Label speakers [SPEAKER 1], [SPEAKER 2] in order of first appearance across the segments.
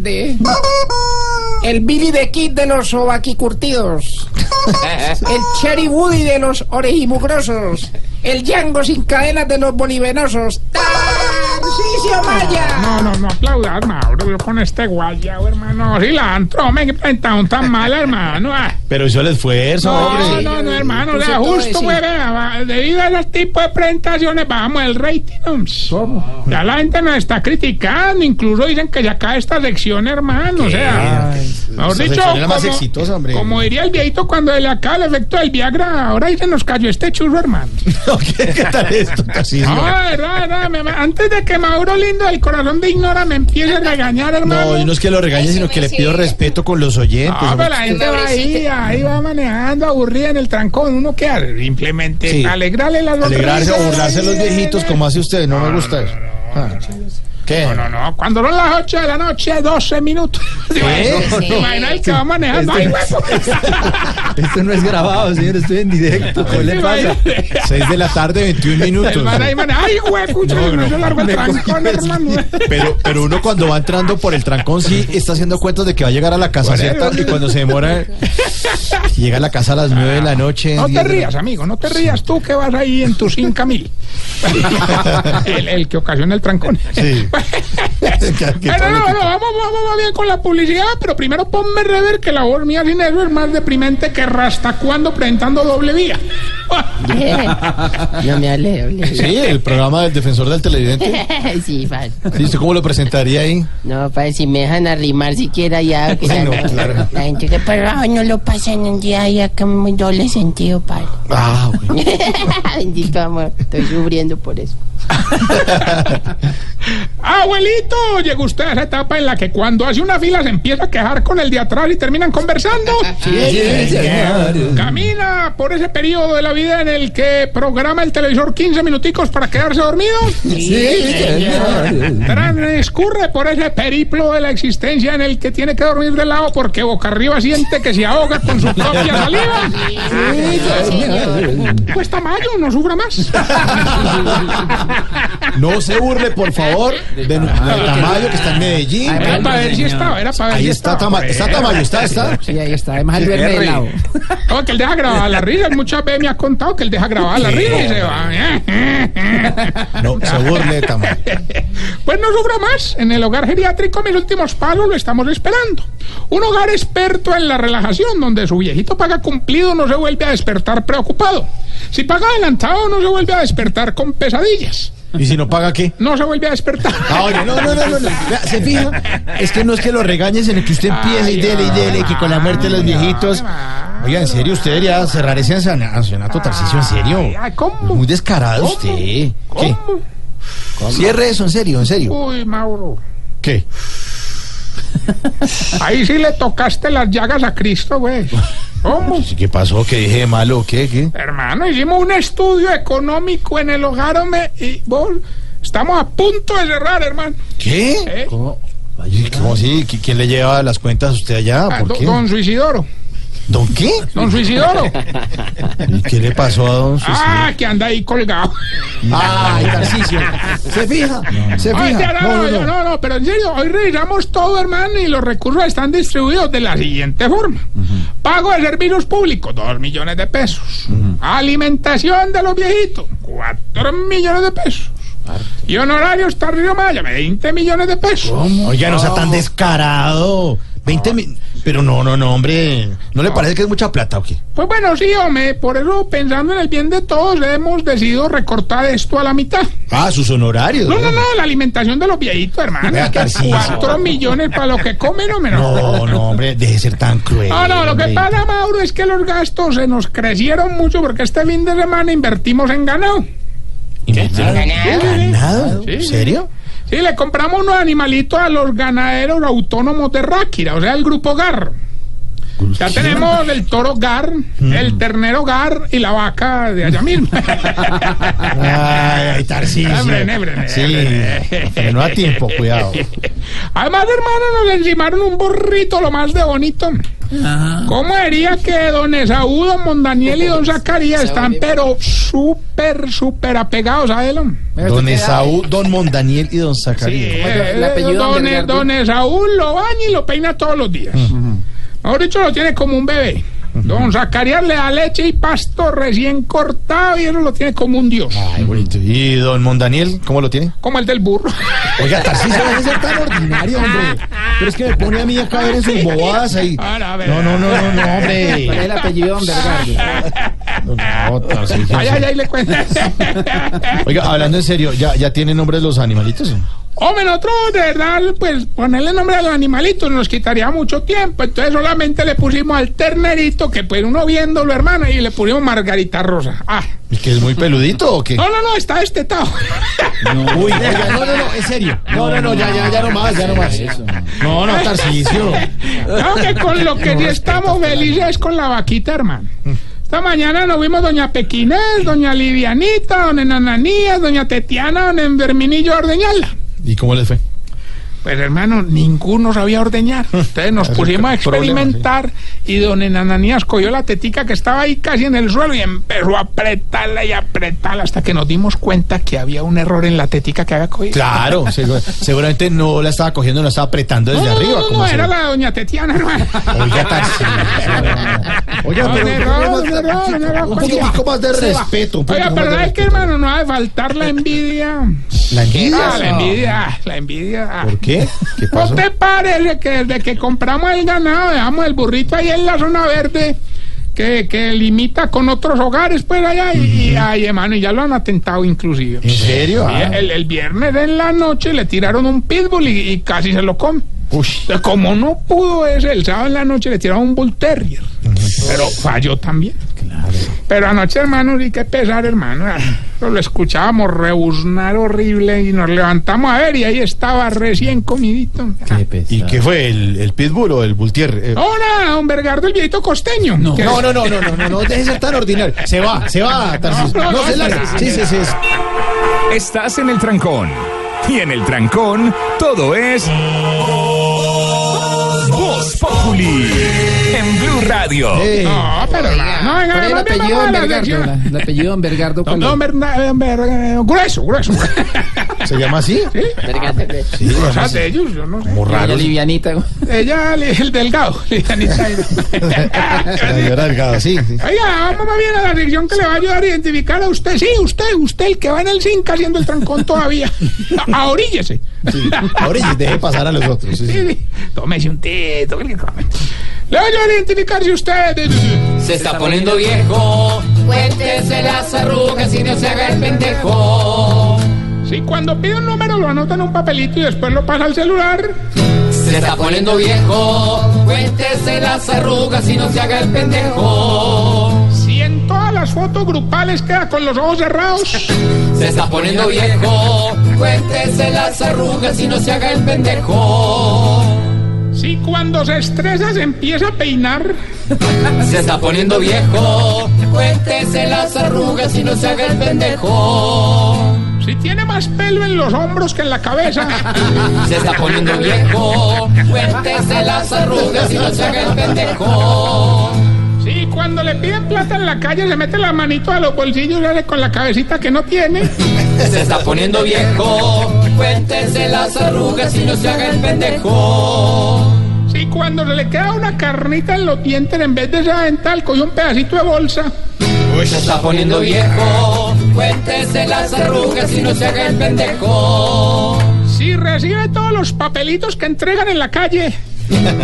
[SPEAKER 1] grande, ¿eh? El Billy the Kid de los sobaquicurtidos. El Cherry Woody de los orejimugrosos. El Django sin cadenas de los bolivenosos. ¡Tarcicio Maya!
[SPEAKER 2] No, no, no aplaudas, Mauro, yo con este guayao, hermano. Cilantro, me he presentado tan mal, hermano. ah.
[SPEAKER 3] Pero hizo el esfuerzo,
[SPEAKER 2] No,
[SPEAKER 3] hombre.
[SPEAKER 2] no, no, hermano, o sea,
[SPEAKER 1] Puse todo
[SPEAKER 2] justo,
[SPEAKER 1] de sí.
[SPEAKER 2] pues, vea, va, debido a los tipos de presentaciones, vamos, el rating, homs. Ya la gente nos está criticando, incluso dicen que ya cae esta sección, hermano, o sea, mejor
[SPEAKER 3] Esa
[SPEAKER 2] dicho,
[SPEAKER 3] sección era más
[SPEAKER 2] como-
[SPEAKER 3] exitosa, hombre.
[SPEAKER 2] como diría el viejito cuando le acaba el efecto del Viagra, ahora dice nos cayó este churro, hermano.
[SPEAKER 3] ¿Qué, qué tal esto, Tarcisio?
[SPEAKER 2] No, de verdad, de verdad, me- antes de que Mauro Lindo del corazón de Ignora me empiece a regañar, hermano.
[SPEAKER 3] No, y no es que lo regañe, sino que le pido respeto con los oyentes.
[SPEAKER 2] No,
[SPEAKER 3] hombre.
[SPEAKER 2] Ah, pero la gente va ahí, ahí va manejando, aburrida en el trancón. Uno que hace? simplemente
[SPEAKER 3] Sí.
[SPEAKER 2] alegrarle las
[SPEAKER 3] Alegrarse o
[SPEAKER 2] sonrisas.
[SPEAKER 3] burlarse a los viejitos como hace usted, no me gusta eso. Ah. ¿Qué?
[SPEAKER 2] No, no, no. Cuando son las 8 de la noche, 12 minutos. ¿Te imaginas?
[SPEAKER 3] ¿Eh? No,
[SPEAKER 2] ¿Te imaginas el que va manejando?
[SPEAKER 4] Este-
[SPEAKER 2] ¡Ay, huevo!
[SPEAKER 4] Esto no es grabado, señor, estoy en directo. ¿Qué le pasa?
[SPEAKER 3] 6 de la tarde, 21
[SPEAKER 2] El
[SPEAKER 3] minutos.
[SPEAKER 2] man ahí maneja. ¡Ay, huevo!
[SPEAKER 3] No, no.
[SPEAKER 2] Yo largo el
[SPEAKER 3] Me
[SPEAKER 2] trancón, hermano.
[SPEAKER 3] Pero, pero uno cuando va entrando por el trancón sí está haciendo cuentas de que va a llegar a la casa, ¿cierto? Y cuando se demora, si llega a la casa a las 9 de la noche.
[SPEAKER 2] No te
[SPEAKER 3] 10 de la-
[SPEAKER 2] rías, amigo, no te rías tú que vas ahí en tus 5 mil. el, el que ocasiona el trancón.
[SPEAKER 3] Sí. Que- que
[SPEAKER 2] Ah,
[SPEAKER 3] todo
[SPEAKER 2] no,
[SPEAKER 3] lo
[SPEAKER 2] no,
[SPEAKER 3] que-
[SPEAKER 2] no, vamos, vamos, vamos bien con la publicidad, pero primero ponme rever que la voz mía sin eso es más deprimente que Rastacuando presentando doble vía.
[SPEAKER 1] No me hable, hable.
[SPEAKER 3] Sí, el programa del defensor del televidente.
[SPEAKER 1] Sí, padre.
[SPEAKER 3] ¿Y usted cómo lo presentaría ahí?
[SPEAKER 1] No, padre, si me dejan arrimar siquiera ya. Que
[SPEAKER 3] Ay,
[SPEAKER 1] ya
[SPEAKER 3] no, claro.
[SPEAKER 1] La gente que, pero ay, no lo pasan un día ya que muy doble sentido, padre.
[SPEAKER 3] Ah, bueno.
[SPEAKER 1] Bendito amor, estoy sufriendo por eso.
[SPEAKER 2] Abuelito, llegó usted a esa etapa en la que cuando hace una fila se empieza a quejar con el de atrás y terminan conversando.
[SPEAKER 4] Sí, señor.
[SPEAKER 2] Camina por ese periodo de la vida en el que programa el televisor 15 minuticos para quedarse dormido.
[SPEAKER 4] Sí, señor.
[SPEAKER 2] Transcurre por ese periplo de la existencia en el que tiene que dormir de lado porque boca arriba siente que se ahoga con su propia saliva.
[SPEAKER 4] Sí, señor.
[SPEAKER 2] Pues Tamayo, no sufra más.
[SPEAKER 3] No se burle, por favor, de, de Tamayo, que está en Medellín.
[SPEAKER 2] Era para ver si estaba, era para ver
[SPEAKER 3] Ahí
[SPEAKER 2] si
[SPEAKER 3] está
[SPEAKER 2] estaba.
[SPEAKER 3] Tamayo, está Tamayo, está, está.
[SPEAKER 4] Sí, ahí está. Además, él duerme de lado.
[SPEAKER 2] No, que él deja grabar la risa. Él Muchas veces me ha contado que él deja grabar la risa y se va. ¿eh?
[SPEAKER 3] No, se burle de Tamayo.
[SPEAKER 2] Pues no sufra más. En el hogar geriátrico, mis últimos palos lo estamos esperando. Un hogar experto en la relajación, donde su viejito paga cumplido, no se vuelve a despertar preocupado. Si paga adelantado, no se vuelve a despertar con pesadillas.
[SPEAKER 3] ¿Y si no paga qué?
[SPEAKER 2] No se vuelve a despertar.
[SPEAKER 3] Ah, oye, no, no, no, no, no. Vea, Se fija, es que no es que lo regañes, sino que usted empieza y dele y dele, que con la muerte de los viejitos. Oiga, en serio, usted debería cerrar ese ancianato, Tarcicio, en
[SPEAKER 2] Ay,
[SPEAKER 3] serio.
[SPEAKER 2] ay, ¿Cómo?
[SPEAKER 3] Muy descarado
[SPEAKER 2] ¿Cómo?
[SPEAKER 3] usted. ¿Qué?
[SPEAKER 2] ¿Cómo?
[SPEAKER 3] Cierre eso, en serio, en serio.
[SPEAKER 2] Uy, Mauro.
[SPEAKER 3] ¿Qué?
[SPEAKER 2] Ahí sí le tocaste las llagas a Cristo, güey. ¿Cómo?
[SPEAKER 3] ¿Qué pasó? ¿Qué dije de malo? ¿Qué? ¿Qué?
[SPEAKER 2] Hermano, hicimos un estudio económico en el hogar, hombre, y vos, estamos a punto de cerrar, hermano.
[SPEAKER 3] ¿Qué?
[SPEAKER 2] ¿Eh?
[SPEAKER 3] ¿Cómo? Ay, ¿Cómo así? ¿Qui- ¿Quién le lleva las cuentas a usted allá?
[SPEAKER 2] Ah,
[SPEAKER 3] ¿Por
[SPEAKER 2] don,
[SPEAKER 3] qué?
[SPEAKER 2] don Suicidoro.
[SPEAKER 3] ¿Don qué?
[SPEAKER 2] Don Suicidoro.
[SPEAKER 3] ¿Y qué le pasó a don Suicidio?
[SPEAKER 2] ah, que anda ahí colgado.
[SPEAKER 3] Ay, Tarcicio. ¿Se fija? ¿Se
[SPEAKER 2] Ay,
[SPEAKER 3] fija?
[SPEAKER 2] ya, no, no, yo no, no, pero en serio, hoy revisamos todo, hermano, y los recursos están distribuidos de la siguiente forma. Pago de servicios públicos, 2 millones de pesos. Alimentación de los viejitos, 4 millones de pesos. Y honorarios Tarrio Maya, 20 millones de pesos.
[SPEAKER 3] Oiga, no sea tan descarado. 20 mil. Pero no, no, no, hombre. ¿No le parece que es mucha plata o qué?
[SPEAKER 2] Pues bueno, sí, hombre, por eso pensando en el bien de todos, hemos decidido recortar esto a la mitad.
[SPEAKER 3] Ah, sus honorarios.
[SPEAKER 2] No, no,
[SPEAKER 3] ¿eh?
[SPEAKER 2] no, la alimentación de los viejitos, hermano.
[SPEAKER 3] Vea,
[SPEAKER 2] es que
[SPEAKER 3] Tarcisio.
[SPEAKER 2] cuatro millones para lo que comen, o menos.
[SPEAKER 3] No, no, hombre, deje de ser tan cruel.
[SPEAKER 2] Ah, No, no, lo que
[SPEAKER 3] hombre.
[SPEAKER 2] pasa, Mauro, es que los gastos se nos crecieron mucho porque este fin de semana invertimos en ganado.
[SPEAKER 3] ¿Invertir en ganado?
[SPEAKER 2] Sí,
[SPEAKER 3] ¿En
[SPEAKER 2] sí.
[SPEAKER 3] serio?
[SPEAKER 2] Sí, le compramos unos animalitos a los ganaderos autónomos de Ráquira, o sea, el grupo GAR. Ya tenemos el toro gar,
[SPEAKER 3] Mm.
[SPEAKER 2] el ternero gar y la vaca de allá mismo.
[SPEAKER 3] Ay, Tarcísio.
[SPEAKER 2] Ah, Brené, Brené, Brené.
[SPEAKER 3] Sí, frenó a tiempo, cuidado.
[SPEAKER 2] Además, hermano, nos encimaron un burrito lo más de bonito. ¿Cómo diría que don Esaú, don Mondaniel y don Zacarías están pero súper, súper apegados a él? hombre?
[SPEAKER 3] Don Esaú, Don Mondaniel y Don Zacarías.
[SPEAKER 2] Eh,
[SPEAKER 4] el apellido
[SPEAKER 2] don,
[SPEAKER 4] del Garduño?
[SPEAKER 2] don Esaú lo baña y lo peina todos los días. Mejor dicho, lo tiene como un bebé. Don Zacarías le da leche y pasto recién cortado y él lo tiene como un dios.
[SPEAKER 3] Ay, bonito. ¿Y Don Mondaniel, cómo lo tiene?
[SPEAKER 2] Como el del burro.
[SPEAKER 3] Oiga, Tarcísio, vas a ser tan ordinario, hombre. Pero es que me pone a mí a caer en sus bobadas ahí.
[SPEAKER 2] Ahora, a ver.
[SPEAKER 3] No, no, no, no, no,
[SPEAKER 4] ¿Cuál es
[SPEAKER 3] hombre.
[SPEAKER 4] el apellido, don Vergardo?
[SPEAKER 3] No, Tarcisio,
[SPEAKER 2] Ay, ay, ay, le cuento.
[SPEAKER 3] Oiga, hablando en serio, ¿ya, ya tienen nombres los animalitos?
[SPEAKER 2] Hombre, nosotros de verdad, pues ponerle nombre a los animalitos nos quitaría mucho tiempo. Entonces solamente le pusimos al ternerito, que pues uno viéndolo, hermano, y le pusimos Margarita Rosa. Ah,
[SPEAKER 3] ¿Y que es muy peludito o qué?
[SPEAKER 2] no, no, no, está este tao.
[SPEAKER 3] Uy, oiga, no, no, no, en serio. No, no, no, ya, ya, ya no más, ya no más. No, no, Tarcisio.
[SPEAKER 2] No, que con lo que sí estamos felices es con la vaquita, hermano. Esta mañana nos vimos doña Pequinés, doña Livianita, doña Nananías, doña Tetiana, don Enverminillo a ordeñarla.
[SPEAKER 3] ¿Y cómo les fue?
[SPEAKER 2] Pues hermano, ninguno sabía ordeñar. Entonces nos pusimos a
[SPEAKER 3] problema,
[SPEAKER 2] experimentar y don Enananías cogió la tetica que estaba ahí casi en el suelo y empezó a apretarla y apretarla hasta que nos dimos cuenta que había un error en la tetica que había cogido.
[SPEAKER 3] Claro, segu- seguramente no la estaba cogiendo, no la estaba apretando desde
[SPEAKER 2] No, no,
[SPEAKER 3] arriba.
[SPEAKER 2] no, no,
[SPEAKER 3] como se-
[SPEAKER 2] era la doña Tetiana, hermano.
[SPEAKER 3] Oiga, Tarcisio. Oiga,
[SPEAKER 2] No,
[SPEAKER 3] pero
[SPEAKER 2] un error, un error, un error.
[SPEAKER 3] un poquitico más de respeto. un
[SPEAKER 2] Oiga,
[SPEAKER 3] poquitico más
[SPEAKER 2] pero
[SPEAKER 3] de
[SPEAKER 2] ¿sabes qué,
[SPEAKER 3] respeto.
[SPEAKER 2] hermano? No ha de faltar la envidia.
[SPEAKER 3] La envidia.
[SPEAKER 2] Ah, la envidia, ah, la envidia. ah.
[SPEAKER 3] ¿Por qué? ¿Qué
[SPEAKER 2] ¿No
[SPEAKER 3] pasó?
[SPEAKER 2] te parece que desde que compramos el ganado, dejamos el burrito ahí en la zona verde, que, que limita con otros hogares, pues allá, y, y ay, hermano, y ya lo han atentado inclusive.
[SPEAKER 3] ¿En serio?
[SPEAKER 2] Y
[SPEAKER 3] Ah.
[SPEAKER 2] el, el viernes en la noche le tiraron un pitbull y, y casi se lo come.
[SPEAKER 3] Ush.
[SPEAKER 2] Entonces, Como no pudo ese, el sábado en la noche le tiraron un bull terrier, pero falló también. Pero anoche, hermano, sí que pesar, hermano. ah, Lo escuchábamos rebuznar horrible y nos levantamos a ver y ahí estaba recién comidito. Ah.
[SPEAKER 3] ¿Y qué fue? ¿El, el Pitbull o el Bultier? Eh,
[SPEAKER 2] Hola, don Bergardo, el viejito costeño. No,
[SPEAKER 3] No, no, no, no, no, no, no, deje ser tan ordinario. Se va, se va, Tarcisio.
[SPEAKER 2] No,
[SPEAKER 3] No,
[SPEAKER 2] no,
[SPEAKER 3] se
[SPEAKER 2] no,
[SPEAKER 3] larga.
[SPEAKER 2] sí,
[SPEAKER 3] Sí,
[SPEAKER 2] sí,
[SPEAKER 3] sí, sí. sí.
[SPEAKER 5] Estás en el trancón. Y en el trancón, todo es. Voz Populi. En Blue Radio.
[SPEAKER 3] Eh,
[SPEAKER 2] Ah, pero no, no, venga,
[SPEAKER 4] ¿Cuál es el
[SPEAKER 2] más bien
[SPEAKER 4] apellido,
[SPEAKER 2] vamos a
[SPEAKER 4] don
[SPEAKER 2] la
[SPEAKER 4] Vergardo?
[SPEAKER 2] sección.
[SPEAKER 4] La- El apellido, don Vergardo,
[SPEAKER 2] Don,
[SPEAKER 4] ¿cuál es?
[SPEAKER 2] don Berna- eh, don Berna- grueso, grueso.
[SPEAKER 3] ¿Se llama así? Sí,
[SPEAKER 2] O sea,
[SPEAKER 3] así.
[SPEAKER 2] de ellos, yo no sé.
[SPEAKER 3] Como
[SPEAKER 4] La
[SPEAKER 3] raro.
[SPEAKER 4] livianita. güey.
[SPEAKER 2] Ella, li- el delgado. Livianita.
[SPEAKER 3] La señora Delgado, sí, sí.
[SPEAKER 2] Oiga, vamos más bien a la sección que le va a ayudar a identificar a usted. Sí, usted, usted, el que va en el zinc haciendo el trancón todavía. Ahoríllese.
[SPEAKER 3] sí. Mm. Ahora sí, deje pasar a los otros. sí, sí.
[SPEAKER 2] Sí, sí. Tómese un tito. que le come. Le va a ayudar a identificar si usted...
[SPEAKER 6] Se está poniendo viejo. Cuéntese las arrugas y no se haga el pendejo.
[SPEAKER 2] Si cuando pide un número lo anota en un papelito y después lo pasa al celular.
[SPEAKER 6] Se está poniendo viejo. Cuéntese las arrugas y no se haga el pendejo.
[SPEAKER 2] Si en todas las fotos grupales queda con los ojos cerrados.
[SPEAKER 6] Se está poniendo viejo. Cuéntese las arrugas y no se haga el pendejo.
[SPEAKER 2] Si cuando se estresa se empieza a peinar.
[SPEAKER 6] Se está poniendo viejo. Cuéntese las arrugas y no se haga el pendejo.
[SPEAKER 2] Si tiene más pelo en los hombros que en la cabeza.
[SPEAKER 6] Se está poniendo viejo. Cuéntese las arrugas y no se haga el pendejo.
[SPEAKER 2] Si cuando le piden plata en la calle se mete la manito a los bolsillos y hace con la cabecita que no tiene.
[SPEAKER 6] Se está poniendo viejo, cuéntese las arrugas y no se haga el pendejo.
[SPEAKER 2] Si cuando se le queda una carnita en los dientes en vez de esa dental coge un pedacito de bolsa.
[SPEAKER 6] Se está poniendo viejo, cuéntese las arrugas y no se haga el pendejo.
[SPEAKER 2] Si recibe todos los papelitos que entregan en la calle.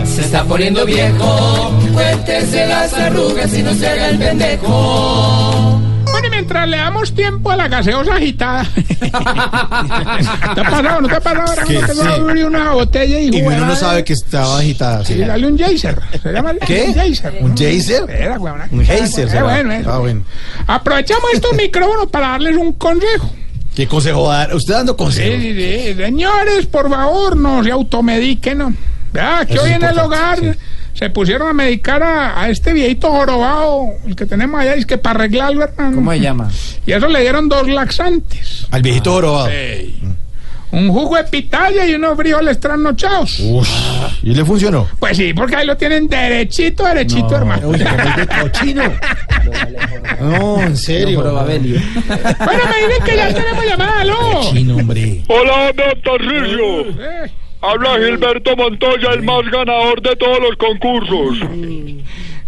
[SPEAKER 6] Se está poniendo viejo, cuéntese las arrugas y no se haga el pendejo.
[SPEAKER 2] Bueno, y mientras le damos tiempo a la gaseosa agitada. ¿Te ha pasado? ¿No te ha pasado? Ahora
[SPEAKER 3] Que
[SPEAKER 2] mismo que no
[SPEAKER 3] sí.
[SPEAKER 2] abrí una botella y
[SPEAKER 3] Y
[SPEAKER 2] juega,
[SPEAKER 3] uno no sabe que estaba agitada. sí.
[SPEAKER 2] Y dale un geyser. ¿Se llama?
[SPEAKER 3] ¿Qué?
[SPEAKER 2] Un geyser.
[SPEAKER 3] ¿Un Jaser?
[SPEAKER 2] Era, huevona.
[SPEAKER 3] Un Jaser.
[SPEAKER 2] Eh,
[SPEAKER 3] será.
[SPEAKER 2] bueno, eh.
[SPEAKER 3] Ah, bueno.
[SPEAKER 2] Aprovechamos estos micrófonos para darles un consejo. Eh,
[SPEAKER 3] ¿Qué consejo va a dar? ¿Usted dando
[SPEAKER 2] Sí,
[SPEAKER 3] consejos?
[SPEAKER 2] sí, sí. Señores, por favor, no se automediquen. ¿no? Vea, que
[SPEAKER 3] Eso
[SPEAKER 2] hoy
[SPEAKER 3] es
[SPEAKER 2] en el
[SPEAKER 3] importante,
[SPEAKER 2] hogar
[SPEAKER 3] sí.
[SPEAKER 2] se pusieron a medicar a, a este viejito jorobado, el que tenemos allá, es que para arreglarlo, hermano.
[SPEAKER 4] ¿Cómo se llama?
[SPEAKER 2] Y eso le dieron dos laxantes.
[SPEAKER 3] Al viejito jorobado.
[SPEAKER 2] Ey. Un jugo de pitaya y unos frijoles trasnochados.
[SPEAKER 3] Ush, ¿Y le funcionó?
[SPEAKER 2] Pues sí, porque ahí lo tienen derechito, derechito, hermano.
[SPEAKER 3] Uy, como el de cochino. No, en serio.
[SPEAKER 4] Probabelio.
[SPEAKER 2] Bueno, me dicen que ya tenemos llamada, aló.
[SPEAKER 3] Cochino, hombre.
[SPEAKER 7] Hola, doctor Rizzo.
[SPEAKER 2] Eh,
[SPEAKER 7] Habla Gilberto Montoya, el más ganador de todos los concursos.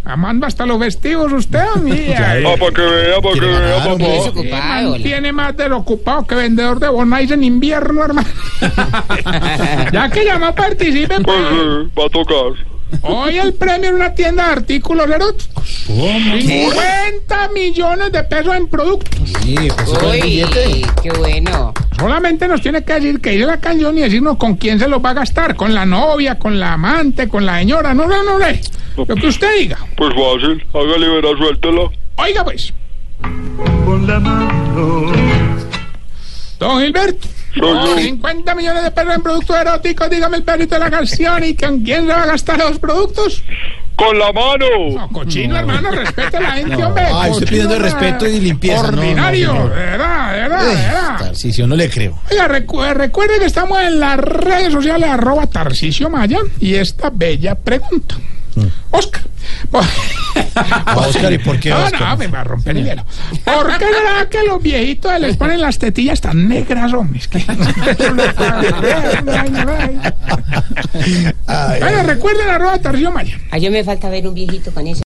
[SPEAKER 2] Amando hasta los vestidos usted, mía.
[SPEAKER 7] Ah, para que vea, para que
[SPEAKER 3] Quiere
[SPEAKER 7] vea,
[SPEAKER 3] ganar, hombre.
[SPEAKER 2] Eh,
[SPEAKER 7] papá.
[SPEAKER 4] Desocupado.
[SPEAKER 2] Tiene más desocupado que vendedor de bonais en invierno, hermano. ya que llamó, participe.
[SPEAKER 7] Pues
[SPEAKER 2] pues.
[SPEAKER 7] sí, va a tocar.
[SPEAKER 2] Hoy el premio en una tienda de artículos eróticos. 50 millones de pesos en productos.
[SPEAKER 3] Sí, pues eso es billete.
[SPEAKER 8] Uy, qué bueno.
[SPEAKER 2] Solamente nos tiene que decir que dice la canción y decirnos con quién se los va a gastar. Con la novia, con la amante, con la señora. No, no, no, no. Lo que usted diga.
[SPEAKER 7] Pues fácil, hágale verá, suéltela.
[SPEAKER 2] Oiga, pues. Don Gilberto. Por
[SPEAKER 7] Soy yo.
[SPEAKER 2] 50 millones de pesos en productos eróticos, dígame el perrito de la canción y con quién se va a gastar los productos.
[SPEAKER 7] ¡Con la mano!
[SPEAKER 2] No, cochino, hermano, respeta a la gente, hombre.
[SPEAKER 3] Ay, Ah, estoy
[SPEAKER 2] cochino,
[SPEAKER 3] pidiendo
[SPEAKER 2] hombre.
[SPEAKER 3] respeto y limpieza. No, no,
[SPEAKER 2] Ordinario, Eh,
[SPEAKER 3] señor.
[SPEAKER 2] de verdad, de verdad, de verdad.
[SPEAKER 3] Ay, Sí, sí, yo no le creo.
[SPEAKER 2] Oiga, recu- recuerde que estamos en las redes sociales, arroba Tarcisio Maya, y esta bella pregunta.
[SPEAKER 3] Mm.
[SPEAKER 2] Oscar. por-
[SPEAKER 3] Oscar, ¿y por qué
[SPEAKER 2] Ah, No,
[SPEAKER 3] Oscar?
[SPEAKER 2] no, me va a romper el hielo. ¿Por qué será que los viejitos les ponen las tetillas tan negras, hombre? Es que-
[SPEAKER 3] Ay, Ah,
[SPEAKER 2] Oiga, recuerden arroba Tarcisio Maya.
[SPEAKER 8] A yo me falta ver un viejito con eso.